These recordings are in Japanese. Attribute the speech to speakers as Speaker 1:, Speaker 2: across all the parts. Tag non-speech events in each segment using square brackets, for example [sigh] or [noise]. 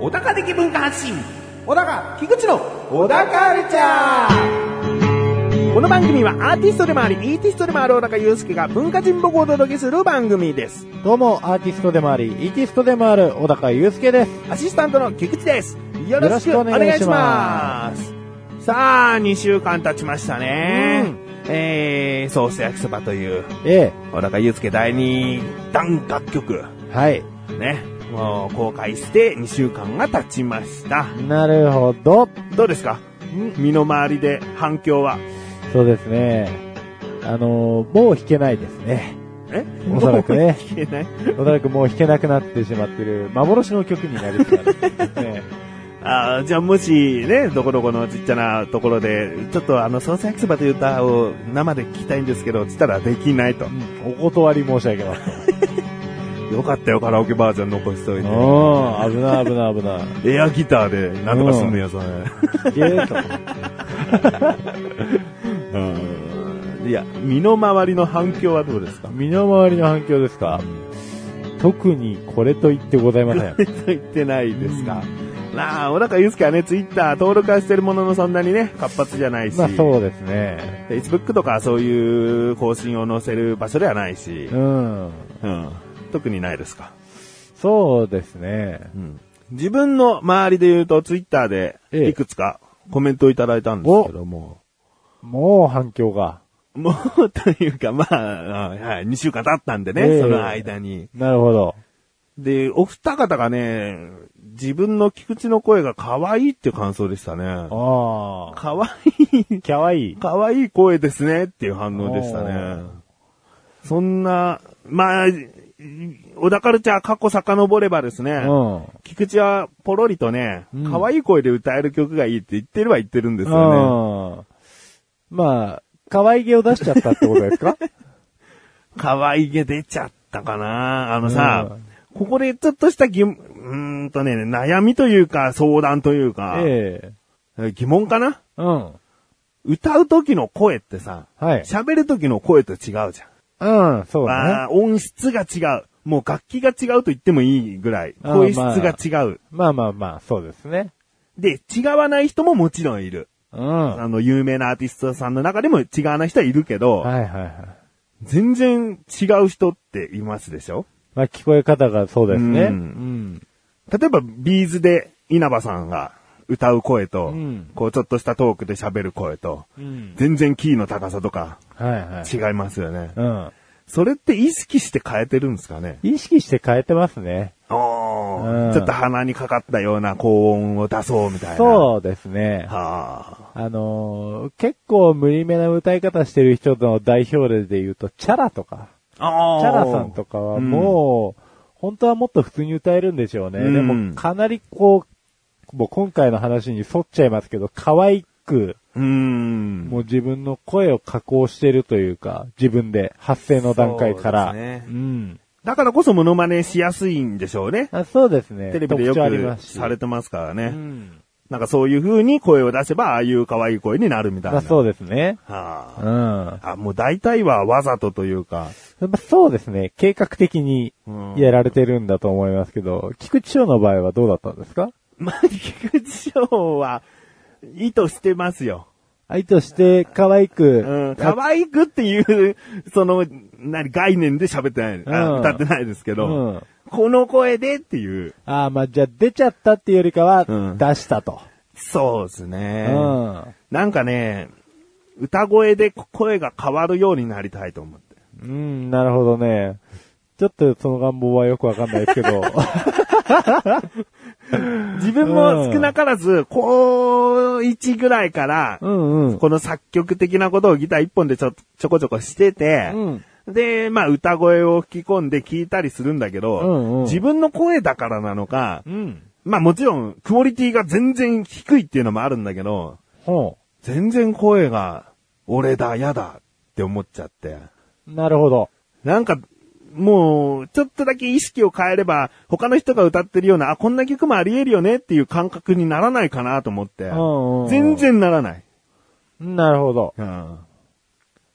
Speaker 1: 小高的文化発信
Speaker 2: 小高、菊池の
Speaker 1: 小高カルチャー
Speaker 2: この番組はアーティストでもあり、イーティストでもある小高祐介が文化人僕をお届けする番組です。
Speaker 3: どうも、アーティストでもあり、イーティストでもある、小高祐介です。
Speaker 2: アシスタントの菊池です。よろしくお願いします。さあ、2週間経ちましたね。えー、ソース焼きそばという、
Speaker 3: え
Speaker 2: 小高祐介第2弾楽曲、
Speaker 3: え、はい。
Speaker 2: ね、もう公開して2週間が経ちました。
Speaker 3: なるほど。
Speaker 2: どうですか身の回りで反響は。
Speaker 3: そうですね。あのーもう弾けないですね。
Speaker 2: え
Speaker 3: おそらくね
Speaker 2: もう聞けない
Speaker 3: おそらくもう弾けなくなってしまってる、幻の曲になりそうですね。
Speaker 2: あーじゃあもしね、どこどこのちっちゃなところで、ちょっとあの、ソース焼きそばという歌を生で聞きたいんですけど、つったらできないと
Speaker 3: [laughs] う。んお断り申し上げます。
Speaker 2: よかったよ、カラオケバージョン残しといて。
Speaker 3: うん、危ない危ない危ない。
Speaker 2: エアギターでなんとかすんのよ、それ。
Speaker 3: 弾けると。
Speaker 2: いや、身の回りの反響はどうですか
Speaker 3: 身の回りの反響ですか特にこれと言ってございません。
Speaker 2: 言ってないですか。なあ、小高祐介はね、ツイッター登録はしてるもののそんなにね、活発じゃないし、
Speaker 3: [laughs] まあそうですね。
Speaker 2: Facebook とかそういう更新を載せる場所ではないし
Speaker 3: う、ん。
Speaker 2: うん、特にないですか。
Speaker 3: そうですね。
Speaker 2: 自分の周りで言うと、ツイッターで、
Speaker 3: ええ
Speaker 2: いくつかコメントをいただいたんですけども、
Speaker 3: もう反響が。
Speaker 2: もう、というか、まあ、あはい、2週間経ったんでね、
Speaker 3: ええ
Speaker 2: その間に。
Speaker 3: なるほど。
Speaker 2: で、お二方がね、自分の菊池の声が可愛いっていう感想でしたね。
Speaker 3: ああ。
Speaker 2: 可愛い、
Speaker 3: かわいい。
Speaker 2: 可愛い声ですねっていう反応でしたね。そんな、まあ、小田カルチャー過去遡ればですね、
Speaker 3: うん。
Speaker 2: 菊池はポロリとね
Speaker 3: う、ん
Speaker 2: 可愛い声で歌える曲がいいって言ってるは言ってるんですよね。
Speaker 3: うん。まあ、可愛げを出しちゃったってことです [laughs] か
Speaker 2: 可愛げ出ちゃったかなあのさ、ここでちょっとした疑、うーんとね、悩みというか相談というか、
Speaker 3: ええ
Speaker 2: 疑問かな
Speaker 3: うん。
Speaker 2: 歌う時の声ってさ、
Speaker 3: はい。
Speaker 2: 喋る時の声と違うじゃん。
Speaker 3: うん、そうだ
Speaker 2: あ
Speaker 3: ね。
Speaker 2: ー音質が違う。もう楽器が違うと言ってもいいぐらい。
Speaker 3: あー
Speaker 2: 声質が違う。
Speaker 3: まあまあまあ、そうですね。
Speaker 2: で、違わない人ももちろんいる。
Speaker 3: うん。は
Speaker 2: あの、有名なアーティストさんの中でも違わない人はいるけど、
Speaker 3: いはいはい。
Speaker 2: 全然違う人っていますでしょ
Speaker 3: まあ、聞こえ方がそうですね。
Speaker 2: う
Speaker 3: うんん。
Speaker 2: 例えば、ビーズで稲葉さんが歌う声と、
Speaker 3: うん
Speaker 2: こうちょっとしたトークで喋る声と、
Speaker 3: うん。
Speaker 2: 全然キーの高さとか
Speaker 3: はいは
Speaker 2: 違
Speaker 3: い。
Speaker 2: いますよね。
Speaker 3: うん。
Speaker 2: それって意識して変えてるんですかね
Speaker 3: 意識して変えてますね。
Speaker 2: おー
Speaker 3: うん
Speaker 2: ちょっと鼻にかかったような高音を出そうみたいな。
Speaker 3: そうですね。
Speaker 2: は
Speaker 3: あのー結構無理めな歌い方してる人の代表例で言うと、チャラとか。
Speaker 2: あ。
Speaker 3: チャラさんとかはもう、本当はもっと普通に歌えるんでしょうね。
Speaker 2: うん
Speaker 3: でも、かなりこう、もう今回の話に沿っちゃいますけど、可愛く、
Speaker 2: うーん。
Speaker 3: もう自分の声を加工してるというか、自分で発声の段階から。
Speaker 2: そうですね
Speaker 3: ん。
Speaker 2: だからこそモノマネしやすいんでしょうね。
Speaker 3: あそうですね。
Speaker 2: テレビでよ
Speaker 3: 特徴ありま
Speaker 2: く
Speaker 3: すし
Speaker 2: されてますから
Speaker 3: う
Speaker 2: ね。
Speaker 3: ん。
Speaker 2: なんかそういう風に声を出せば、ああいう可愛い声になるみたい
Speaker 3: ま
Speaker 2: な。
Speaker 3: あそうですね。う
Speaker 2: は
Speaker 3: ん。や
Speaker 2: あ、あ、もう大体はわざとというか。
Speaker 3: っぱそうですね。計画的に
Speaker 2: うん
Speaker 3: やられてるんだと思いますけど、菊池翔の場合はどうだったんですか
Speaker 2: まあ、菊池翔は、意図してますよ。
Speaker 3: 愛として可愛く、
Speaker 2: うん。可愛くっていう、その、何、概念で喋ってない、あ
Speaker 3: うん
Speaker 2: 歌ってないですけど、
Speaker 3: うん
Speaker 2: この声でっていう。
Speaker 3: ああ、まあ、じゃあ出ちゃったっていうよりかは、
Speaker 2: うん
Speaker 3: 出したと。
Speaker 2: そうですね。
Speaker 3: うん
Speaker 2: なんかね、歌声で声が変わるようになりたいと思って。
Speaker 3: うん、なるほどね。ちょっとその願望はよくわかんないですけど。
Speaker 2: 自分も少なからず、高1ぐらいから
Speaker 3: [laughs] う、んうん。
Speaker 2: この作曲的なことをギター一本でちょ、ちょこちょこしてて、
Speaker 3: うん
Speaker 2: で、まあ歌声を吹き込んで聞いたりするんだけど、
Speaker 3: うんうん
Speaker 2: 自分の声だからなのか、
Speaker 3: うん。
Speaker 2: まあもちろんクオリティが全然低いっていうのもあるんだけど、
Speaker 3: ほ
Speaker 2: 全然声が、俺だ、やだって思っちゃって。
Speaker 3: う。なるほど。
Speaker 2: なんか、もう、ちょっとだけ意識を変えれば、他の人が歌ってるような、あ、こんな曲もあり得るよねっていう感覚にならないかなと思って
Speaker 3: うんうんう。ん
Speaker 2: 全然ならない。
Speaker 3: うなるほど。
Speaker 2: うん。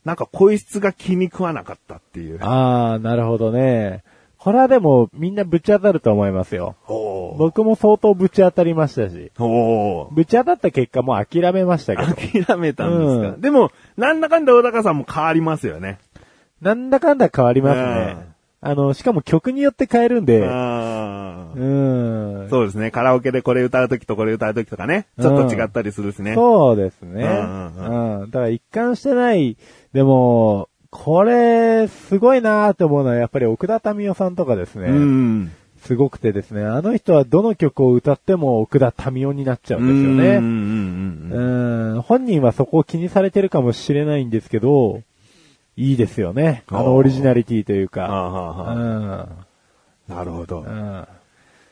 Speaker 2: なんか、こいつが気に食わなかったっていう。
Speaker 3: ああ、なるほどね。これはでも、みんなぶち当たると思いますよ。
Speaker 2: おー。
Speaker 3: 僕も相当ぶち当たりましたし。
Speaker 2: おー。
Speaker 3: ぶち当たった結果もう諦めました [laughs] けど。
Speaker 2: 諦めたんですか。
Speaker 3: うん
Speaker 2: でも、なんだかんだ小高さんも変わりますよね。
Speaker 3: なんだかんだ変わりますね。あの、しかも曲によって変えるんで。
Speaker 2: あー
Speaker 3: うん。
Speaker 2: そうですね。カラオケでこれ歌うときとこれ歌うときとかね。ちょっと違ったりするしね。
Speaker 3: そうですね。
Speaker 2: うんう
Speaker 3: うん。だから一貫してない。でも、これ、すごいなーって思うのはやっぱり奥田民生さんとかですね。
Speaker 2: うん。
Speaker 3: すごくてですね。あの人はどの曲を歌っても奥田民生になっちゃう
Speaker 2: うんん
Speaker 3: ですよね。
Speaker 2: うんうんうん。
Speaker 3: うん本人はそこを気にされてるかもしれないんですけど、いいですよね。あのオリジナリティという
Speaker 2: あ
Speaker 3: か。
Speaker 2: ーはー
Speaker 3: う
Speaker 2: はー
Speaker 3: ん。
Speaker 2: なるほど
Speaker 3: う。ん。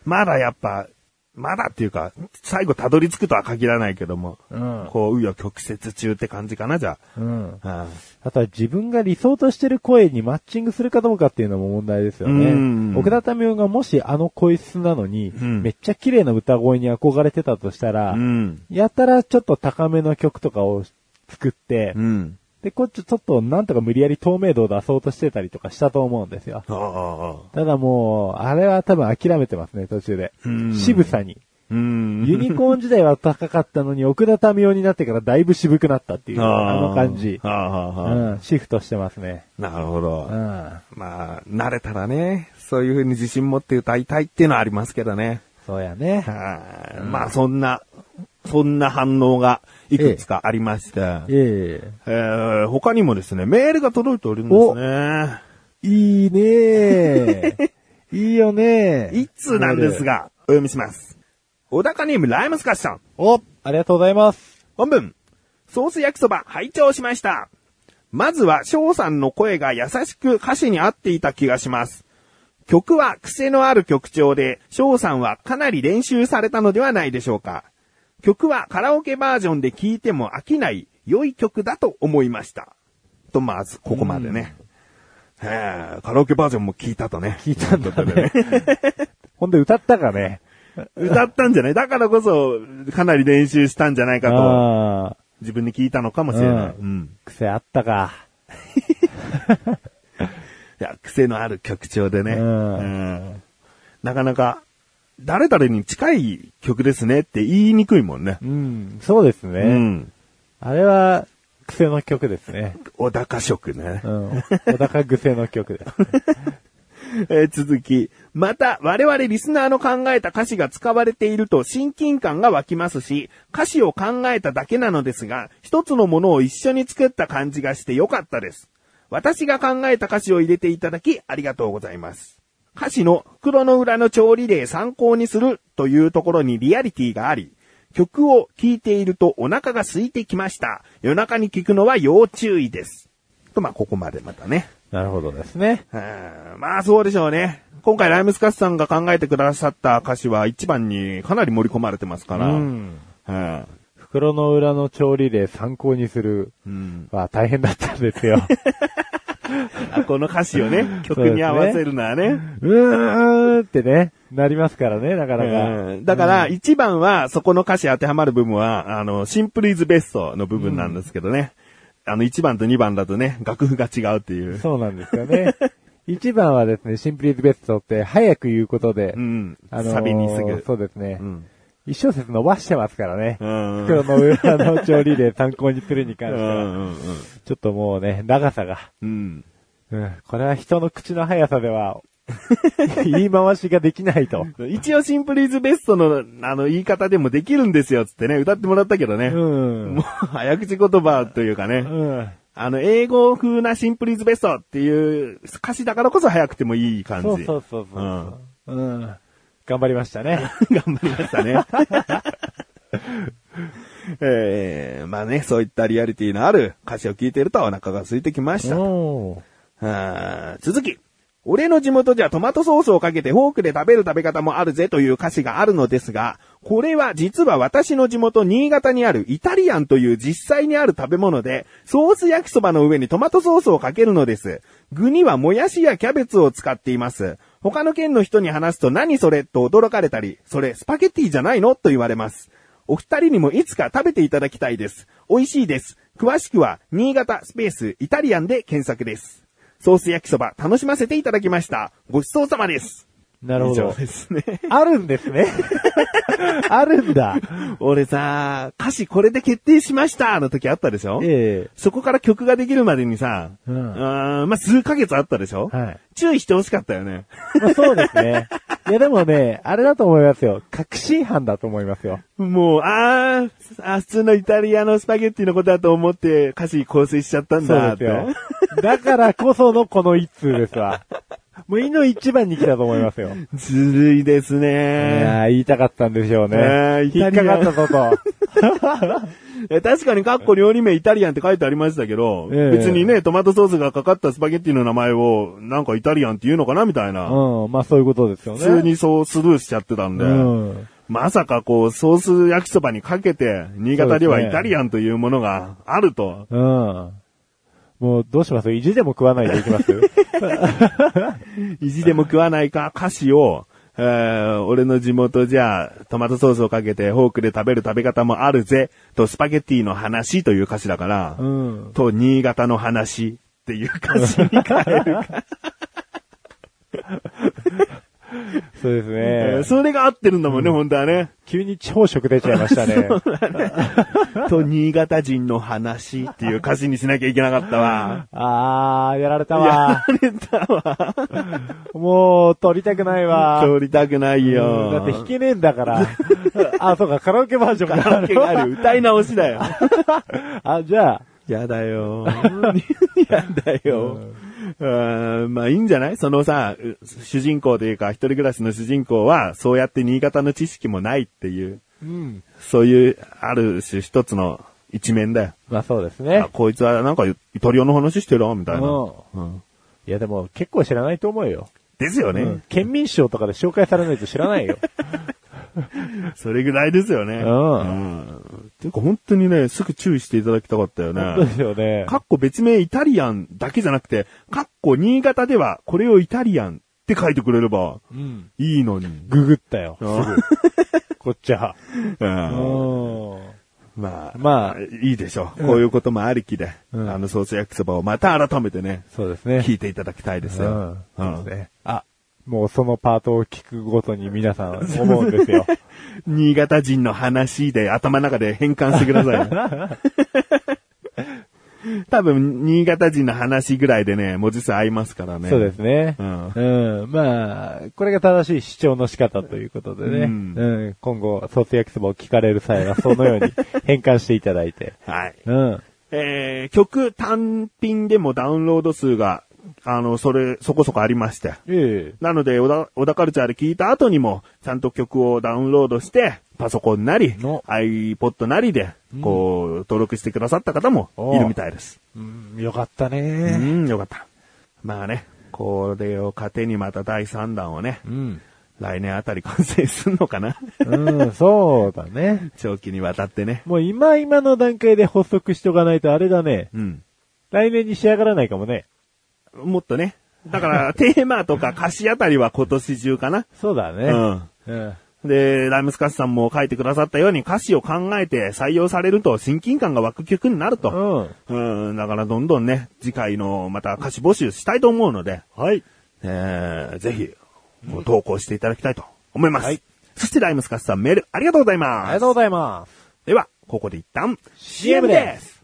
Speaker 2: まだやっぱ、まだっていうか、最後たどり着くとは限らないけども、
Speaker 3: うん。
Speaker 2: こう、紆余曲折中って感じかな、じゃ
Speaker 3: うん。
Speaker 2: あ。うん
Speaker 3: あとは自分が理想としてる声にマッチングするかどうかっていうのも問題ですよ
Speaker 2: うん
Speaker 3: ね。奥田民生がもしあの声質なのに、
Speaker 2: ん
Speaker 3: めっちゃ綺麗な歌声に憧れてたとしたら、
Speaker 2: うん。
Speaker 3: やたらちょっと高めの曲とかを作って、
Speaker 2: うん。
Speaker 3: で、こっちちょっとなんとか無理やり透明度を出そうとしてたりとかしたと思うんですよ。
Speaker 2: ああああ、
Speaker 3: ただもう、あれは多分諦めてますね、途中で
Speaker 2: うん。
Speaker 3: 渋さに。
Speaker 2: うん。
Speaker 3: ユニコーン時代は高かったのに、奥田民生になってからだいぶ渋くなったっていう、あの感じ。
Speaker 2: ああ、ああ、ああ
Speaker 3: うん、シフトしてますね。
Speaker 2: なるほど
Speaker 3: う。ん。
Speaker 2: まあ、慣れたらね、そういう風に自信持って歌いたいっていうのはありますけどね。
Speaker 3: そうやね。
Speaker 2: はいまあ、そんな、そんな反応がいくつかありました。え
Speaker 3: ええ
Speaker 2: ー他にもですね、メールが届いておりますね。
Speaker 3: いい [laughs] ねいいよね
Speaker 2: いつなんです
Speaker 3: が。
Speaker 2: が、お読みします。小高ネームライムスカシさん。
Speaker 3: お、ありがとうございます。
Speaker 2: 本文、ソース焼きそば拝聴しました。まずは翔さんの声が優しく歌詞に合っていた気がします。曲は癖のある曲調で、翔さんはかなり練習されたのではないでしょうか。曲はカラオケバージョンで聴いても飽きない良い曲だと思いました。と、まず、ここまでね。へえカラオケバージョンも聴いたとね。
Speaker 3: 聞いたんだね。 [laughs] ほんで歌ったかね。
Speaker 2: 歌ったんじゃないだからこそ、かなり練習したんじゃないかと、
Speaker 3: ああ、
Speaker 2: 自分で聞いたのかもしれない。
Speaker 3: う
Speaker 2: うん
Speaker 3: 癖あったか。
Speaker 2: いや、癖のある曲調でね。
Speaker 3: うん
Speaker 2: うんなかなか、誰々に近い曲ですねって言いにくいもんね。
Speaker 3: うん、そうですね。
Speaker 2: うん。
Speaker 3: あれは、癖の曲ですね。
Speaker 2: 小高色ね
Speaker 3: う。ん。小高癖の曲です。
Speaker 2: [laughs] えー続き。また、我々リスナーの考えた歌詞が使われていると親近感が湧きますし、歌詞を考えただけなのですが、一つのものを一緒に作った感じがして良かったです。私が考えた歌詞を入れていただき、ありがとうございます。歌詞の袋の裏の調理例参考にするというところにリアリティがあり、曲を聴いているとお腹が空いてきました。夜中に聴くのは要注意です。と、まあ、ここまでまたね。
Speaker 3: [laughs] なるほどですね。
Speaker 2: えーまあそうでしょうね。今回ライムスカスさんが考えてくださった歌詞は一番にかなり盛り込まれてますから。
Speaker 3: うん。
Speaker 2: えー
Speaker 3: 袋の裏の調理例参考にする。
Speaker 2: うん
Speaker 3: は大変だったんです [laughs] よ。
Speaker 2: あこの歌詞
Speaker 3: [laughs]
Speaker 2: をね、曲に合わせるのはね。
Speaker 3: うーんってね、なりますからね、なか
Speaker 2: う
Speaker 3: なか。
Speaker 2: んだから、一番は、そこの歌詞当てはまる部分は、あの、シンプルイズベストの部分なんですけどね。あの、一番と二番だとね、楽譜が違うっていう。
Speaker 3: そうなんですよね。 [laughs] 一番はですね、シンプリーズベストって早く言うことで、
Speaker 2: うん。
Speaker 3: ー
Speaker 2: サビにすぐ。
Speaker 3: そうですね。
Speaker 2: うん。
Speaker 3: 一小節伸ばしてますからね。
Speaker 2: うん
Speaker 3: 袋の [laughs] 裏の調理例参考にするに関
Speaker 2: う
Speaker 3: しては、
Speaker 2: んうんうん
Speaker 3: ちょっともうね、長さが。
Speaker 2: うん。
Speaker 3: うん、これは人の口の速さでは、 [laughs] 言い回しができないと。
Speaker 2: 一応シンプルイズベストの、あの、言い方でもできるんですよ、つってね、歌ってもらったけどね。
Speaker 3: う
Speaker 2: [laughs]
Speaker 3: ん。
Speaker 2: もう、早口言葉というか
Speaker 3: う
Speaker 2: ね、
Speaker 3: ん。
Speaker 2: あの、英語風なシンプルイズベストっていう歌詞だからこそ早くてもいい感じ。
Speaker 3: そうそうそうそう、うん。頑張りました
Speaker 2: [laughs]
Speaker 3: ね。
Speaker 2: 頑張りましたね。
Speaker 3: [laughs]
Speaker 2: えー、まあね、そういったリアリティのある歌詞を聞いてるとお腹が空いてきました。
Speaker 3: お
Speaker 2: あー続き。俺の地元じゃトマトソースをかけてフォークで食べる食べ方もあるぜという歌詞があるのですが、これは実は私の地元新潟にあるイタリアンという実際にある食べ物で、ソース焼きそばの上にトマトソースをかけるのです。具にはもやしやキャベツを使っています。他の県の人に話すと何それと驚かれたり、それスパゲッティじゃないのと言われます。お二人にもいつか食べていただきたいです。美味しいです。詳しくは、新潟スペースイタリアンで検索です。ソース焼きそば楽しませていただきました。ごちそうさまです。
Speaker 3: なるほ
Speaker 2: 以
Speaker 3: ど
Speaker 2: 上。ですね。
Speaker 3: あるんで
Speaker 2: [laughs]
Speaker 3: すね。あるんだ。
Speaker 2: 俺さ、歌詞これで決定しましたの時あったでしょ
Speaker 3: ええ
Speaker 2: そこから曲ができるまでにさ、
Speaker 3: うん
Speaker 2: あーまあ、数ヶ月あったでしょ、
Speaker 3: はい
Speaker 2: 注意してほしかったよね。 [laughs]
Speaker 3: まあ、そうですね。いやでもね、あれだと思いますよ。確信犯だと思いますよ。
Speaker 2: もう、あーあ、普通のイタリアのスパゲッティのことだと思って歌詞構成しちゃったん
Speaker 3: そう
Speaker 2: だ
Speaker 3: で
Speaker 2: っ
Speaker 3: す
Speaker 2: て。
Speaker 3: よ。 [laughs] だからこそのこの一通ですわ。もういの一番に来たと思いますよ。い
Speaker 2: [laughs] ずるいですね。
Speaker 3: やー言いたかったんでしょうね
Speaker 2: えー。イ
Speaker 3: 引
Speaker 2: タ
Speaker 3: っ
Speaker 2: リア
Speaker 3: かかったぞと。
Speaker 2: え確かにカッコ料理名イタリアンって書いてありましたけど、
Speaker 3: ええ
Speaker 2: 別にね、トマトソースがかかったスパゲッティの名前を、なんかイタリアンって言うのかなみたいな。
Speaker 3: うん、まあそういうことですよね。
Speaker 2: 普通にそうスルーしちゃってたんで。
Speaker 3: うん。
Speaker 2: まさかこう、ソース焼きそばにかけて、新潟では
Speaker 3: そうですね
Speaker 2: イタリアンというものがあると。
Speaker 3: うん。もうどうします意地でも食わないでいきます
Speaker 2: [laughs] 意地でも食わないか、菓子を、えー、俺の地元じゃ、トマトソースをかけてフォークで食べる食べ方もあるぜ、とスパゲッティの話という歌詞だから、
Speaker 3: うん。
Speaker 2: と新潟の話っていう歌詞に変えるか、
Speaker 3: そうですね。
Speaker 2: それが合ってるんだもんね、本当はね。
Speaker 3: 急に超食出ちゃいましたね。
Speaker 2: [laughs] と新潟人の話っていう歌詞にしなきゃいけなかった [laughs] わ。
Speaker 3: あー、やられたわ。
Speaker 2: あれだわ。
Speaker 3: もう、取りたくないわ。
Speaker 2: [laughs] 通りたくない
Speaker 3: うん
Speaker 2: よ。
Speaker 3: だって弾けねえんだ [laughs] から。あ、そうか、カラオケバージョン
Speaker 2: カラオケが [laughs] ある。歌い直しだよ。
Speaker 3: [laughs] あ、じゃあ、
Speaker 2: やだよ。 [laughs] やだよ。うんまあいいんじゃないそのさ、う主人公というか、一人暮らしの主人公は、そうやって新潟の知識もないっていう、
Speaker 3: うん。
Speaker 2: そういう、ある種一つの一面だよ。
Speaker 3: まあそうです
Speaker 2: あ
Speaker 3: ね。
Speaker 2: こいつはなんかイタリアの話してるわみたいな。
Speaker 3: うん。いやでも結構知らないと思うよ。
Speaker 2: ですよね、
Speaker 3: うん県民賞とかで紹介されないと知らない [laughs] よ。
Speaker 2: それぐらいですよね。
Speaker 3: うん
Speaker 2: うんていうか本当にね、すぐ注意していただきたかったよね。
Speaker 3: 本当ですよね。
Speaker 2: かっこ別名イタリアンだけじゃなくて、かっこ新潟ではこれをイタリアンって書いてくれれば
Speaker 3: うん。
Speaker 2: いいのに。
Speaker 3: ググったよ。す
Speaker 2: うん
Speaker 3: ぐ。こっちは。う
Speaker 2: うん
Speaker 3: ん。
Speaker 2: まあ、
Speaker 3: まあ
Speaker 2: いいでしょう。こういうこともありきで、
Speaker 3: うん
Speaker 2: あのソース焼きそばをまた改めてね、
Speaker 3: そうですね。
Speaker 2: 聞いていただきたいですよ。
Speaker 3: う
Speaker 2: うん
Speaker 3: ん。そうですね。あ、もうそのパートを聞くごとに皆さん思うんですよ。
Speaker 2: 新潟人の話で頭の中で変換してくださいね。
Speaker 3: [laughs]
Speaker 2: 多分、新潟人の話ぐらいでね、文字数合いますからね。
Speaker 3: そうです [laughs] ね。
Speaker 2: うん
Speaker 3: うん。まあ、これが正しい主張の仕方ということでね。
Speaker 2: うん
Speaker 3: うん。今後、ソース焼きそばを聞かれる際は、そのように変換していただいて。
Speaker 2: はい。
Speaker 3: うん。
Speaker 2: えー、曲単品でもダウンロード数が、あの、それ、そこそこありまして。
Speaker 3: ええ。
Speaker 2: なので、小田、小田カルチャーで聞いた後にも、ちゃんと曲をダウンロードして、パソコンなり、
Speaker 3: の
Speaker 2: iPod なりで、こう、登録してくださった方もいるみたいです。
Speaker 3: うん、よかった
Speaker 2: う
Speaker 3: ね。
Speaker 2: ん、よかった。まあね、これを糧にまた第3弾をね、
Speaker 3: うん。
Speaker 2: 来年あたり完成すんのかな [laughs]
Speaker 3: うん、そうだね。
Speaker 2: 長期にわたってね。
Speaker 3: もう今今の段階で発足しとかないとあれだね。
Speaker 2: うん。
Speaker 3: 来年に仕上がらないかもね。
Speaker 2: もっとね。だ
Speaker 3: [laughs]
Speaker 2: から、テーマとか歌詞あたりは今年中かな。
Speaker 3: そうだね。
Speaker 2: うん。
Speaker 3: うん。
Speaker 2: で、ライムスカスさんも書いてくださったように歌詞を考えて採用されると親近感が湧く曲になると。
Speaker 3: うん。
Speaker 2: うん、だからどんどんね、次回のまた歌詞募集したいと思うので、
Speaker 3: はい。
Speaker 2: えー、ぜひ、ご投稿していただきたいと思います。そしてライムスカスさんメールありがとうござい
Speaker 3: あ
Speaker 2: ます。
Speaker 3: りがとうございます。
Speaker 2: では、ここで一旦
Speaker 3: CM です。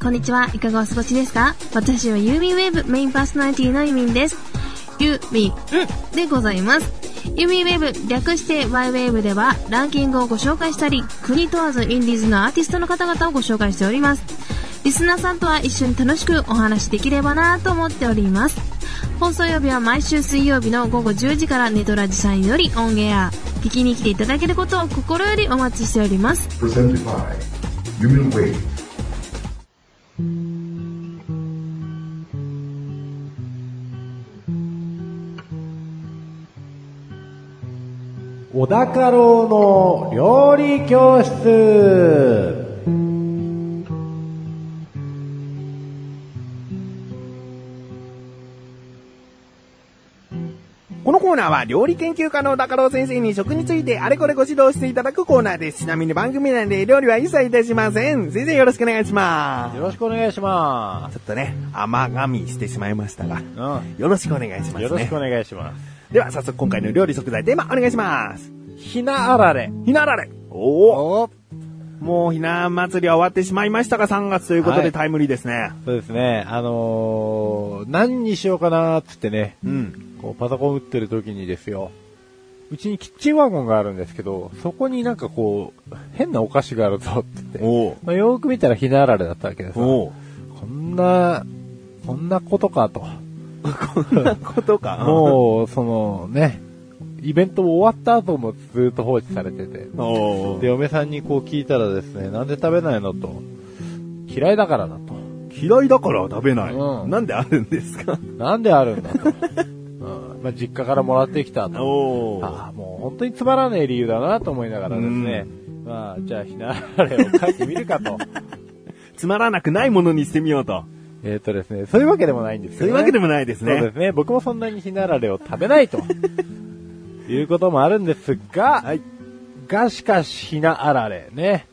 Speaker 4: こんにちは、いかがお過ごしですか私はユーミンウェーブメインパーソナリティのユミンです。ユーミンでございます。ユーミンウェーブ、略して Y ウェーブではランキングをご紹介したり、国問わずインディーズのアーティストの方々をご紹介しております。リスナーさんとは一緒に楽しくお話しできればなぁと思っております。放送曜日は毎週水曜日の午後10時からネトラジさんよりオンエア。聞きに来ていただけることを心よりお待ちしております。
Speaker 5: presented by Human Wave.
Speaker 3: 小田家老の料理教室。
Speaker 2: このコーナーは料理研究家の小高郎先生に食についてあれこれご指導していただくコーナーです。ちなみに番組内で料理は一切いたしません。先生よろしくお願いします。
Speaker 3: よろしくお願いしま
Speaker 2: ちょっとね、甘噛みしてしまいましたが、
Speaker 3: す。う
Speaker 2: よろしくお願いします
Speaker 3: ん。
Speaker 2: ね。
Speaker 3: よろしくお願いします。
Speaker 2: では早速今回の料理食材テーマお願いします。
Speaker 3: ひなあられ。
Speaker 2: ひなあられ。おお。
Speaker 3: お
Speaker 2: もうひな祭りは終わってしまいましたが3月ということ
Speaker 3: は
Speaker 2: で
Speaker 3: い
Speaker 2: タイムリーですね。
Speaker 3: そうですね、あのー、何にしようかなーっつってね、
Speaker 2: うん。
Speaker 3: こうパソコン打ってる時にですよ、うちにキッチンワゴンがあるんですけど、そこになんかこう、変なお菓子があるぞって言っ
Speaker 2: お
Speaker 3: て、まあ、よーく見たらひなあられだったわけですよ。
Speaker 2: お
Speaker 3: こんな、こんなことかと。
Speaker 2: そんなことか。
Speaker 3: もう、そのね、イベント終わった後もずっと放置されてて。
Speaker 2: うん。おで
Speaker 3: で、嫁さんにこう聞いたらですね、なんで食べないのと。嫌いだからだと。
Speaker 2: 嫌いだから食べない。
Speaker 3: うん
Speaker 2: なんであるんですか
Speaker 3: なんであるんだと。うん。まあ、実家からもらってきたと。
Speaker 2: お
Speaker 3: ああ、もう本当につまらねえ理由だなと思いながらですね。まあ、じゃあ、ひなあれを書いてみる
Speaker 2: [laughs]
Speaker 3: かと。
Speaker 2: つまらなくないものにしてみようと。
Speaker 3: えっとですね、そういうわけでもないんです
Speaker 2: そう
Speaker 3: よ、ね。
Speaker 2: いうわけで
Speaker 3: も
Speaker 2: もないです
Speaker 3: そう
Speaker 2: ね
Speaker 3: で。すね。僕もそんなにひなあられを食べないと。いうこともあるんですが、がしかしひなあられね。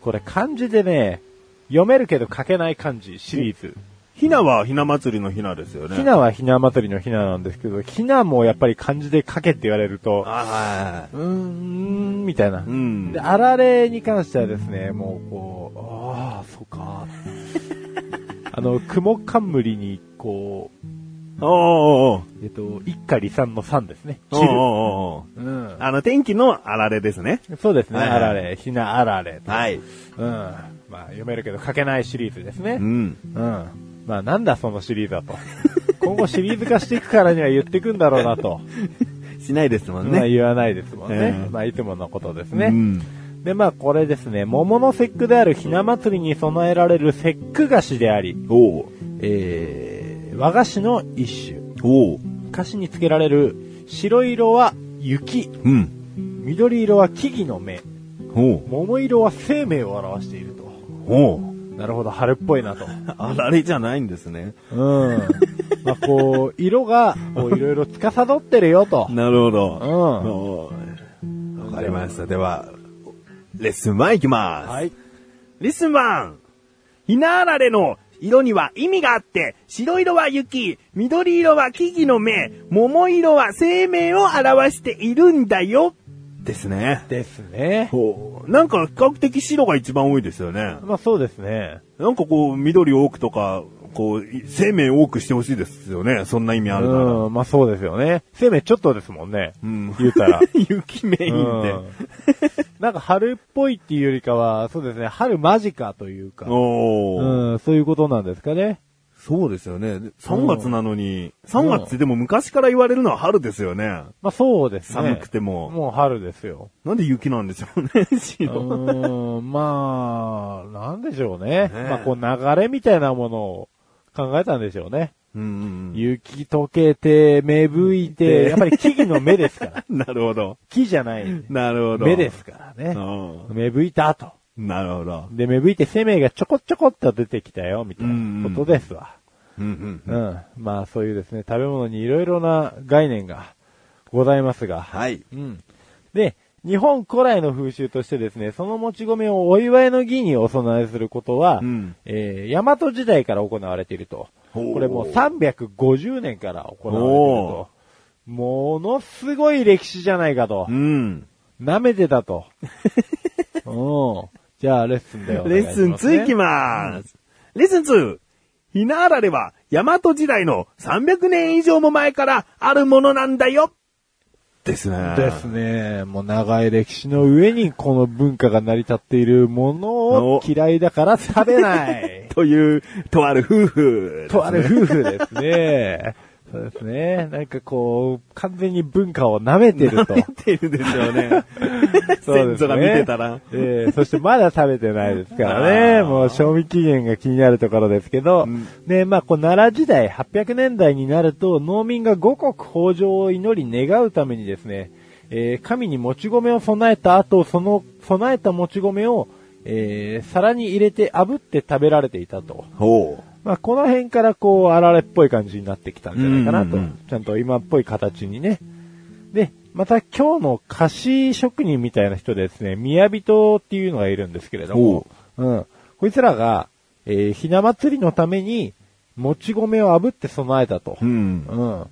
Speaker 3: これ漢字でね、読めるけど書けない漢字シリーズ。
Speaker 2: ひなはひな祭りのひなですよね。
Speaker 3: ひなはひな祭りのひななんですけど、ひなもやっぱり漢字で書けって言われると、
Speaker 2: ああ。
Speaker 3: うーん、みたいな。
Speaker 2: うん
Speaker 3: で、。あられに関してはですね、もうこう、ああ、そ
Speaker 2: [laughs]
Speaker 3: うか。あの、雲冠に、こ
Speaker 2: おーおーおー
Speaker 3: う、えっと、一家離散の散ですね。
Speaker 2: おー
Speaker 3: 散る
Speaker 2: おーおー
Speaker 3: うん。
Speaker 2: あの、天気のあられですね。
Speaker 3: そうですね、
Speaker 2: はいはい
Speaker 3: あられ、ひなあられ。
Speaker 2: はい。
Speaker 3: うん。まあ、読めるけど書けないシリーズですね
Speaker 2: う。ん。
Speaker 3: うん。まあ、なんだそのシリーズだと。 [laughs] 今後シリーズ化していくからには言ってくんだろうなと。
Speaker 2: しないですもん
Speaker 3: まあ
Speaker 2: ね。
Speaker 3: 言わないですもんね
Speaker 2: う。ん
Speaker 3: まあいつものことです
Speaker 2: う
Speaker 3: ね。
Speaker 2: ん。
Speaker 3: でまあこれですね、桃の節句であるひな祭りに備えられる節句菓子であり、
Speaker 2: おお
Speaker 3: えー、和菓子の一種。
Speaker 2: おお
Speaker 3: 菓子につけられる白色は雪、
Speaker 2: うん。
Speaker 3: 緑色は木々の芽、
Speaker 2: おう
Speaker 3: 桃色は生命を表していると。
Speaker 2: おう
Speaker 3: なるほど、春っぽいなと。
Speaker 2: あられじゃないんですね。
Speaker 3: うん。 [laughs] まあこう、色が、こういろいろ司ってるよと。
Speaker 2: なるほど。
Speaker 3: うん
Speaker 2: おうわかりました。では、レッスン1いきます。
Speaker 3: はい。
Speaker 2: レッスン 1! ひなあられの色には意味があって、白色は雪、緑色は木々の芽、桃色は生命を表しているんだよ。ですね。
Speaker 3: ですね。
Speaker 2: ほう。なんか比較的白が一番多いですよね。
Speaker 3: まあそうですね。
Speaker 2: なんかこう、緑多くとか、こう、い生命多くしてほしいですよね。そんな意味あるなら。
Speaker 3: うん、まあそうですよね。生命ちょっとですもんね。
Speaker 2: うん
Speaker 3: 言
Speaker 2: [laughs]
Speaker 3: う [laughs] たら。
Speaker 2: 雪メインで。
Speaker 3: なんか春っぽいっていうよりかは、そうですね、春間近というか、
Speaker 2: おー
Speaker 3: うん、そういうことなんですかね。
Speaker 2: そうですよね。で3月なのに、3月ってでも昔から言われるのは春ですよね。
Speaker 3: まあそうですね。
Speaker 2: 寒くても。
Speaker 3: もう春ですよ。
Speaker 2: なんで雪なんでしょうね、
Speaker 3: う [laughs]
Speaker 2: 白。
Speaker 3: ーん、まあ、なんでしょうね。
Speaker 2: ね
Speaker 3: まあこう流れみたいなものを考えたんでしょうね。
Speaker 2: うんうん
Speaker 3: 雪溶けて、芽吹いて、やっぱり木々の芽ですから。 [laughs]
Speaker 2: なるほど。
Speaker 3: 木じゃない。
Speaker 2: なるほど。
Speaker 3: 芽ですから
Speaker 2: う
Speaker 3: ね。
Speaker 2: ん。
Speaker 3: 芽吹いたと。
Speaker 2: なるほど。
Speaker 3: で、芽吹いて生命がちょこちょこっと出てきたよ、みたいなことですわ。
Speaker 2: うん
Speaker 3: うん、まあ、そういうですね、食べ物にいろいろな概念がございますが。
Speaker 2: はい。
Speaker 3: うん。で、日本古来の風習としてですね、そのもち米をお祝いの儀にお供えすることは、
Speaker 2: うん
Speaker 3: えー、大和時代から行われていると。
Speaker 2: ほう
Speaker 3: これもう350年から行われていると。ものすごい歴史じゃないかと
Speaker 2: う。ん。
Speaker 3: 舐めてた
Speaker 2: [laughs]
Speaker 3: と。うん。じゃあ、レッスンだよ。
Speaker 2: レッスン2いき
Speaker 3: ま
Speaker 2: ます。レッスン 2! ひなあられは、大和時代の300年以上も前からあるものなんだよですね。
Speaker 3: ですね。もう長い歴史の上にこの文化が成り立っているものを
Speaker 2: お
Speaker 3: 嫌いだから食べない。
Speaker 2: という、とある夫婦。
Speaker 3: [laughs] とある夫婦ですね。 [laughs] そうですね。なんかこう、完全に文化を舐めてると。
Speaker 2: ってるでしょう [laughs] ね。
Speaker 3: そうで
Speaker 2: 先
Speaker 3: す
Speaker 2: 祖が見てたら。
Speaker 3: ええそしてまだ食べてないですからね。
Speaker 2: あー
Speaker 3: もう賞味期限が気になるところですけど、ね、まあ、こう、奈良時代、800年代になると、農民が五穀豊穣を祈り願うためにですね、えー神にもち米を備えた後、その、備えたもち米を、えー皿に入れて炙って食べられていたと。
Speaker 2: ほう。
Speaker 3: まあ、この辺からこう、あられっぽい感じになってきたんじゃないかなと。
Speaker 2: うんうんうん
Speaker 3: ちゃんと今っぽい形にね。で、また今日の菓子職人みたいな人でですね、宮人っていうのがいるんですけれども、うん。こいつらが、えーひな祭りのために、もち米を炙って備えたと。
Speaker 2: うん。
Speaker 3: うん。ま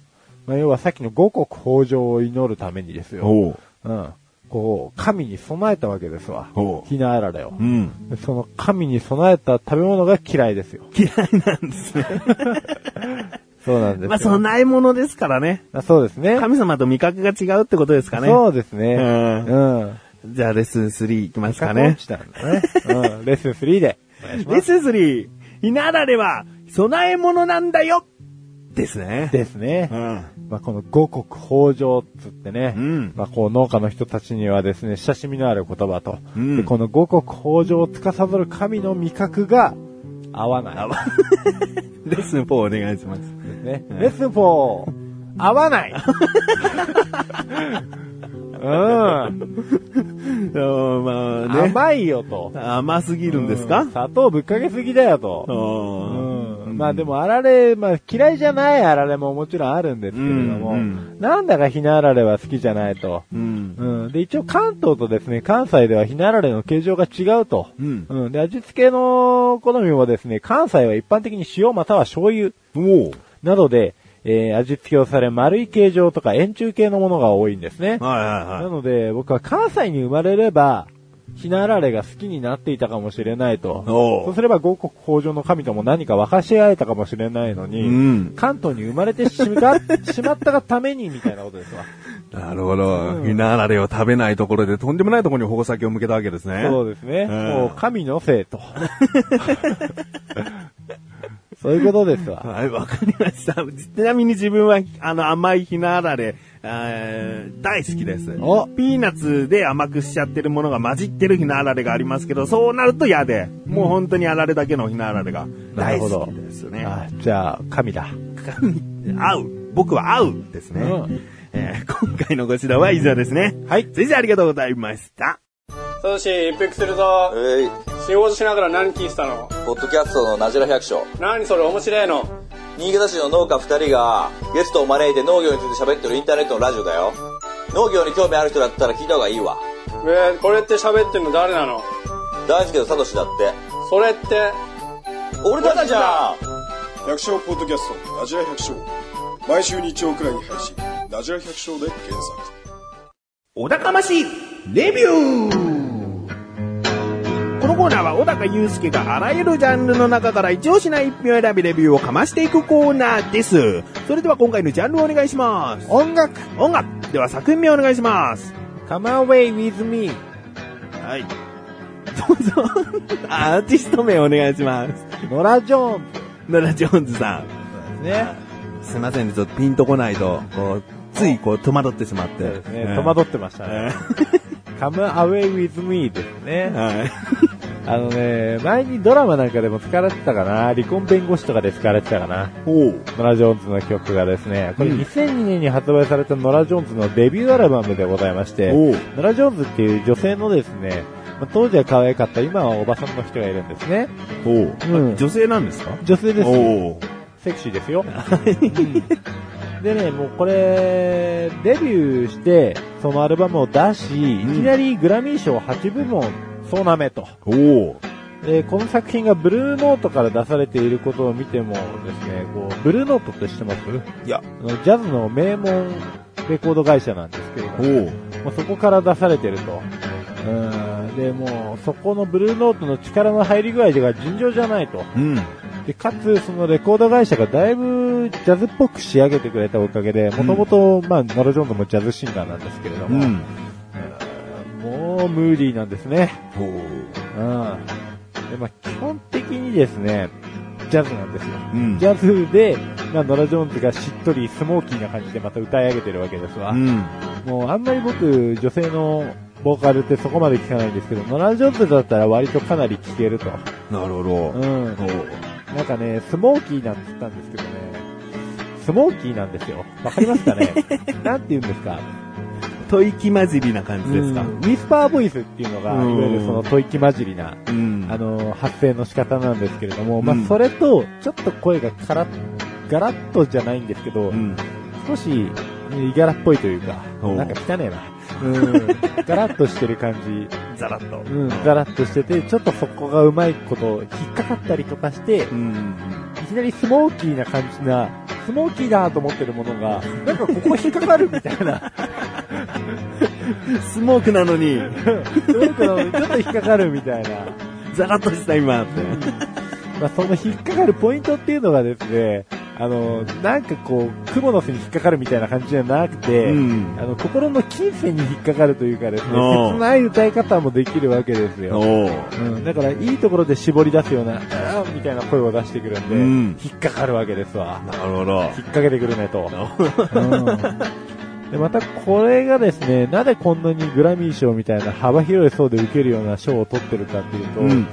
Speaker 3: あ、要はさっきの五穀豊穣を祈るためにですよ。
Speaker 2: おう。
Speaker 3: うん。こう、神に備えたわけですわ
Speaker 2: お。う
Speaker 3: ひなあられを
Speaker 2: う。ん。
Speaker 3: でその神に備えた食べ物が嫌いですよ。
Speaker 2: [laughs] 嫌いなんですね。
Speaker 3: そうなんですよ。
Speaker 2: まあ、備え物ですからね。
Speaker 3: あそうですね。
Speaker 2: 神様と味覚が違うってことですかね。
Speaker 3: そうですね。
Speaker 2: うん
Speaker 3: うん。
Speaker 2: じゃあ、レッスン3いきますか
Speaker 3: 落
Speaker 2: ね
Speaker 3: ち。たんだね。うん。レッスン3で。
Speaker 2: [laughs]
Speaker 3: お願いし
Speaker 2: レ
Speaker 3: ま
Speaker 2: ッ
Speaker 3: す。
Speaker 2: スン 3! ひなあられは、備え物なんだよですね。
Speaker 3: ですね。
Speaker 2: うん。
Speaker 3: まあ、この五穀豊穣っつってね、
Speaker 2: うん
Speaker 3: まあ、こう農家の人たちにはですね、親しみのある言葉と、
Speaker 2: うん
Speaker 3: でこの五穀豊穣を司る神の味覚が合わない。
Speaker 2: 合わレッスン4お願いします。
Speaker 3: ね。レッスン4、合
Speaker 2: [laughs]
Speaker 3: わない。うん。
Speaker 2: うんまあね。
Speaker 3: 甘いよと。
Speaker 2: 甘すぎるんですか
Speaker 3: うん砂糖ぶっかけすぎだよと。
Speaker 2: うん
Speaker 3: うんまあでも、あられ、まあ嫌いじゃないあられももちろんあるんですけれども、
Speaker 2: うん
Speaker 3: なんだかひなあられは好きじゃないと。
Speaker 2: うん。
Speaker 3: うん。で、一応関東とですね、関西ではひなあられの形状が違うと。
Speaker 2: うん。
Speaker 3: うん。で、味付けの好みもですね、関西は一般的に塩または醤油
Speaker 2: お
Speaker 3: などで、えー味付けをされ丸い形状とか円柱形のものが多いんです
Speaker 2: はい
Speaker 3: ね。
Speaker 2: はい
Speaker 3: な
Speaker 2: はい。
Speaker 3: ので、僕は関西に生まれれば、ひなあられが好きになっていたかもしれないと。
Speaker 2: おう
Speaker 3: そうすれば五穀豊穣の神とも何か分かし合えたかもしれないのに、
Speaker 2: うん
Speaker 3: 関東に生まれてしましまったがためにみたいなことですわ。
Speaker 2: なるほど。ひなあられを食べないところでとんでもないところに矛先を向けたわけですね。
Speaker 3: そうですね。
Speaker 2: うん
Speaker 3: もう神のせ
Speaker 2: [laughs]
Speaker 3: いと。そういうことですわ。
Speaker 2: はい、わかりました。ちなみに自分は、あの、甘いひなあられ、えー大好きです。
Speaker 3: お
Speaker 2: ピーナッツで甘くしちゃってるものが混じってるひなあられがありますけど、そうなると嫌で、もう本当にあられだけのひなあられが
Speaker 3: な
Speaker 2: 大
Speaker 3: るほど
Speaker 2: 好きですね。
Speaker 3: あじゃあ、神だ。
Speaker 2: 合う。僕は合うですね。
Speaker 3: うん
Speaker 2: えー今回のご指導は以上ですね。はい。先生ありがとうございました。
Speaker 6: トシ一服するぞ
Speaker 7: えい、
Speaker 6: 仕事しながら何聞いてたの
Speaker 7: ポッドキャストのなじら百姓。
Speaker 6: 何それ面白いの
Speaker 7: 新潟市の農家2人がゲストを招いて農業について喋ってるインターネットのラジオだよ。農業に興味ある人だったら聞いた方がいいわ。
Speaker 6: えーこれって喋ってんの誰なの
Speaker 7: 大輔とサトシだって。
Speaker 6: それって
Speaker 7: 俺たちじゃん
Speaker 8: 百姓ポッドキャストラジラ百姓毎週日曜くらいに配信ラジラ百姓で検索
Speaker 2: お高ましいレビューこのコーナーは小高祐介があらゆるジャンルの中から一押しな一品を選びレビューをかましていくコーナーです。それでは今回のジャンルをお願いします。
Speaker 3: 音楽
Speaker 2: 音楽では作品名をお願いします。
Speaker 3: !Come away with me!
Speaker 2: はい。どうぞ、アーティスト名お願いします。
Speaker 3: ノラ・ジョーンズ
Speaker 2: 野田ジョーンズさん。
Speaker 3: ですね。
Speaker 2: すいませんね、ちょっとピンとこないと、こう、ついこう戸惑ってしまって。
Speaker 3: そうですね。戸惑ってましたね。Come away with me ですね。 [laughs]
Speaker 2: はい。
Speaker 3: あのね、前にドラマなんかでも使われてたかな、離婚弁護士とかで使われてたかな、
Speaker 2: おう。
Speaker 3: ノラ・ジョーンズの曲がですね、これ2002年に発売されたノラ・ジョーンズのデビューアルバムでございまして、
Speaker 2: おう
Speaker 3: ノラ・ジョーンズっていう女性のですね、まあ当時は可愛かった、今はおばさんの人がいるんですね。
Speaker 2: おう。
Speaker 3: うん
Speaker 2: 女性なんですか
Speaker 3: 女性です。
Speaker 2: おう。
Speaker 3: セクシーですよ。 [laughs] でね、もうこれ、デビューして、そのアルバムを出し、いきなりグラミー賞8部門総なめと。
Speaker 2: おう。
Speaker 3: で、この作品がブルーノートから出されていることを見てもですね、こう、ブルーノートって知ってます
Speaker 2: いや
Speaker 3: あのジャズの名門レコード会社なんですけれども、
Speaker 2: おう。
Speaker 3: もうそこから出されてると。うん、で、もう、そこのブルーノートの力の入り具合が尋常じゃないと。
Speaker 2: うん。
Speaker 3: で、かつ、そのレコード会社がだいぶジャズっぽく仕上げてくれたおかげで、もともと、まあ、ノラ・ジョーンズもジャズシンガーなんですけれども、
Speaker 2: うん。
Speaker 3: もうムーディーなんですね。
Speaker 2: おう。
Speaker 3: うん。で、まあ、基本的にですね、ジャズなんですよ。
Speaker 2: うん
Speaker 3: ジャズで、まあ、ノラ・ジョーンズがしっとりスモーキーな感じでまた歌い上げてるわけですわ。
Speaker 2: うん。
Speaker 3: もうあんまり僕、女性のボーカルってそこまで聞かないんですけど、ノラ・ジョーンズだったら割とかなり聞けると。
Speaker 2: なるほど。
Speaker 3: うん。なんかね、スモーキーなんて言ったんですけ
Speaker 2: [laughs]
Speaker 3: どね、スモーキーなんですよ。わかりますかねなんて言うんですか
Speaker 2: 吐息混じりな感じですか。
Speaker 3: ウィスパーボイスっていうのが、
Speaker 2: うん
Speaker 3: いわゆるその吐息混じりな、
Speaker 2: うん
Speaker 3: あの、発声の仕方なんですけれども、まあ
Speaker 2: うん
Speaker 3: それと、ちょっと声がカラッ、ガラッとじゃないんですけど、
Speaker 2: うん
Speaker 3: 少し、イガラっぽいというか、
Speaker 2: おう
Speaker 3: なんか汚ねえな。うん、 [laughs] ガラッとしてる感じ、
Speaker 2: ザラッと。
Speaker 3: うん、ガラッとしてて、ちょっとそこがうまいこと引っかかったりとかして、
Speaker 2: うん。
Speaker 3: いきなりスモーキーな感じな、スモーキーだと思ってるものが、なんかここ引っかかるみたいな、 [laughs]
Speaker 2: スモークなのに、
Speaker 3: スモークなのにちょっと引っかかるみたいな。
Speaker 2: ザラッとした今って。
Speaker 3: まあ、その引っかかるポイントっていうのがですね、あの、なんかこう、雲の巣に引っかかるみたいな感じじゃなくて、
Speaker 2: うん
Speaker 3: あの、心の金銭に引っかかるというかですね、
Speaker 2: おう
Speaker 3: 切ない歌い方もできるわけですよ。
Speaker 2: おう
Speaker 3: うん、だから、いいところで絞り出すような、あーみたいな声を出してくるんで、
Speaker 2: うん
Speaker 3: 引っかかるわけですわ。
Speaker 2: なるほど。
Speaker 3: 引っ掛けてくるねと。でまたこれがですね、なぜこんなにグラミー賞みたいな幅広い層で受けるような賞を取ってるかっていうと、
Speaker 2: うん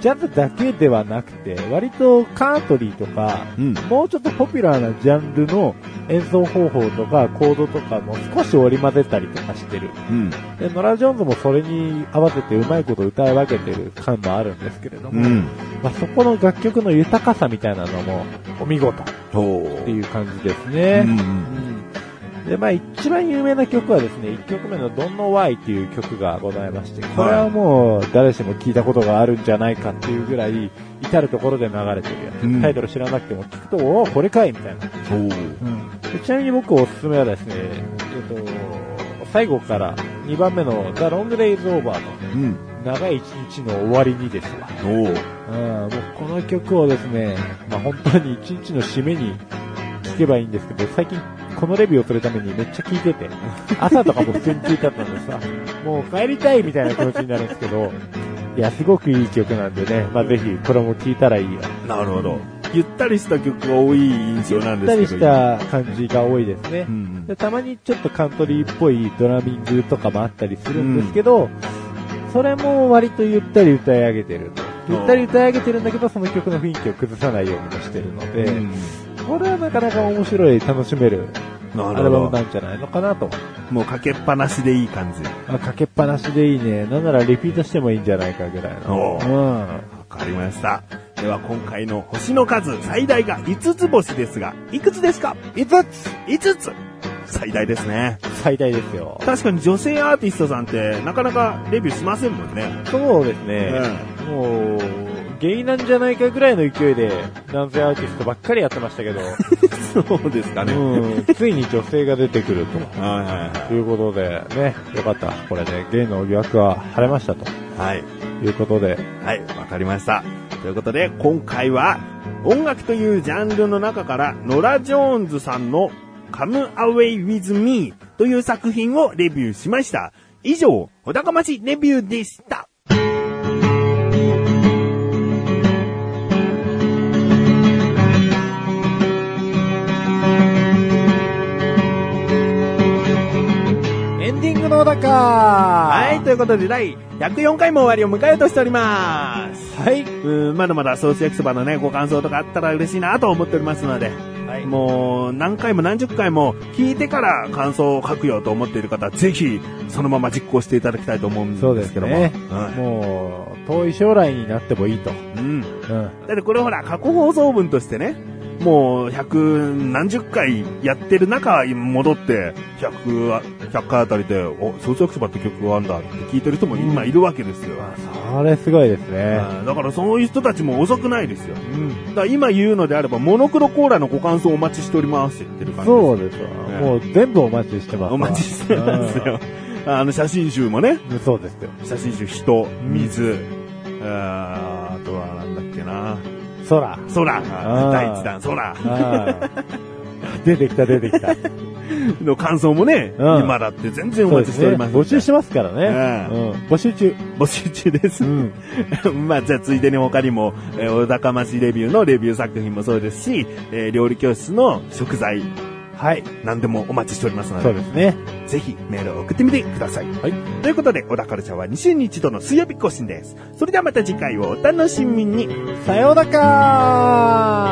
Speaker 3: ジャズだけではなくて、割とカートリーとか、
Speaker 2: うん
Speaker 3: もうちょっとポピュラーなジャンルの演奏方法とかコードとかも少し織り交ぜたりとかしてる。
Speaker 2: うん。
Speaker 3: で、ノラ・ジョーンズもそれに合わせてうまいこと歌い分けてる感もあるんですけれども、
Speaker 2: うん。
Speaker 3: まあ、そこの楽曲の豊かさみたいなのもお見事っ
Speaker 2: お
Speaker 3: て
Speaker 2: う
Speaker 3: いう感じですね。
Speaker 2: うん。
Speaker 3: で、まあ一番有名な曲はですね、1曲目の Don't Know Why っていう曲がございまして、これはもう誰しも聞いたことがあるんじゃないかっていうぐらい、至るところで流れてるやつ。
Speaker 2: うん
Speaker 3: タイトル知らなくても聞くと、おお、これかいみたいな。
Speaker 2: おう
Speaker 3: でちなみに僕おすすめはですね、えっと、最後から2番目の The Long Day is Over の
Speaker 2: うん。
Speaker 3: 長い一日の終わりにですわ。
Speaker 2: おう
Speaker 3: うん、もうこの曲をですね、まあ、本当に一日の締めに聴けばいいんですけど、最近このレビューをするためにめっちゃ聴いてて、 [laughs] 朝とかも普通に聴いてあったんですが、もう帰りたいみたいな気持ちになるんですけど、いや、すごくいい曲なんでね、まあ、ぜひこれも聴いたらいいよ。
Speaker 2: なるほど。ゆったりした曲が多い印象なん
Speaker 3: ゆっ
Speaker 2: ですけ
Speaker 3: た
Speaker 2: ど。
Speaker 3: りした感じが多いですね
Speaker 2: う。ん。
Speaker 3: でたまにちょっとカントリーっぽいドラミングとかもあったりするんですけど、それも割とゆったり歌い上げてると。
Speaker 2: うん
Speaker 3: ゆったり歌い上げてるんだけど、その曲の雰囲気を崩さないようにもしてるので、
Speaker 2: うん
Speaker 3: これはなかなか面白い、楽しめるア
Speaker 2: なる
Speaker 3: ルバム
Speaker 2: ほど
Speaker 3: な。んじゃないのかなと。
Speaker 2: もうかけっぱなしでいい感じ。
Speaker 3: あかけっぱなしでいいね。なんならリピートしてもいいんじゃないかぐらい
Speaker 2: おう
Speaker 3: の。
Speaker 2: わかりました。では今回の星の数最大が5つ星ですが、いくつですか ?5 つ !5 つ最大ですね。
Speaker 3: うん。最大ですよ。
Speaker 2: 確かに女性アーティストさんってなかなかレビューしませんもんね。
Speaker 3: そうですね。もう、ゲイなんじゃないかぐらいの勢いで、男性アーティストばっかりやってましたけど、
Speaker 2: [laughs] そうですかね。はい
Speaker 3: うん、ついに女性が出てくると。
Speaker 2: は
Speaker 3: ということで、ね、よかった。これね、ゲイの疑惑は晴れましたと
Speaker 2: いはい。はい。
Speaker 3: いうことで、
Speaker 2: はい、わかりました。ということで、今回は、音楽というジャンルの中から、ノラ・ジョーンズさんの Come Away With Me という作品をレビューしました。以上、お高ましレビューでした。
Speaker 3: エンディングのだかは
Speaker 2: はい、ということで、第104回も終わりを迎えようとしております。
Speaker 3: はいう
Speaker 2: ーん、まだまだソース焼きそばのね、ご感想とかあったら嬉しいなと思っておりますので、
Speaker 3: はい
Speaker 2: もう何回も何十回も聞いてから感想を書くよと思っている方は、ぜひそのまま実行していただきたいと思うん
Speaker 3: そうで
Speaker 2: ですす
Speaker 3: け
Speaker 2: け
Speaker 3: ど
Speaker 2: ど
Speaker 3: も。
Speaker 2: も。
Speaker 3: もう、遠い将来になってもいいと。
Speaker 2: うん。うん。
Speaker 3: うん。
Speaker 2: だってこれほら、過去放送分としてね、もう百何十回やってる中、戻って、100は、100回あたりで、お、ソース焼きそばって曲があんだって聞いてる人も今いるわけですよ。
Speaker 3: それすごいですね。
Speaker 2: うんだからそういう人たちも遅くないですよ。
Speaker 3: うん。
Speaker 2: だから今言うのであれば、モノクロコーラのご感想お待ちしておりますって言ってる感じです。
Speaker 3: そうですわ。
Speaker 2: ね
Speaker 3: もう全部お待ちしてますわ。
Speaker 2: [laughs] お待ちしてますよ。あの、写真集もね、
Speaker 3: うん。そうですよ。
Speaker 2: 写真集、人、水、あーあとはなんだっけな、 [laughs]
Speaker 3: 空。
Speaker 2: 空、
Speaker 3: あー
Speaker 2: 第一弾、空
Speaker 3: あー出てきた出てきた。
Speaker 2: の感想もね、
Speaker 3: うん
Speaker 2: 今だって全然お待ちしております。
Speaker 3: そうですね募集してますからね。
Speaker 2: う
Speaker 3: うん募集中。
Speaker 2: 募集中です [laughs]
Speaker 3: う。ん。
Speaker 2: まあ、じゃあ、ついでに他にも、えー、お高ましレビューのレビュー作品もそうですし、えー料理教室の食材、
Speaker 3: はい。
Speaker 2: 何でもお待ちしておりますので
Speaker 3: そう、ですね。
Speaker 2: ぜひメールを送ってみてください。
Speaker 3: はい
Speaker 2: ということで、小田カルチャーは2週に1度の水曜日更新です。それではまた次回をお楽しみに。
Speaker 3: さようなら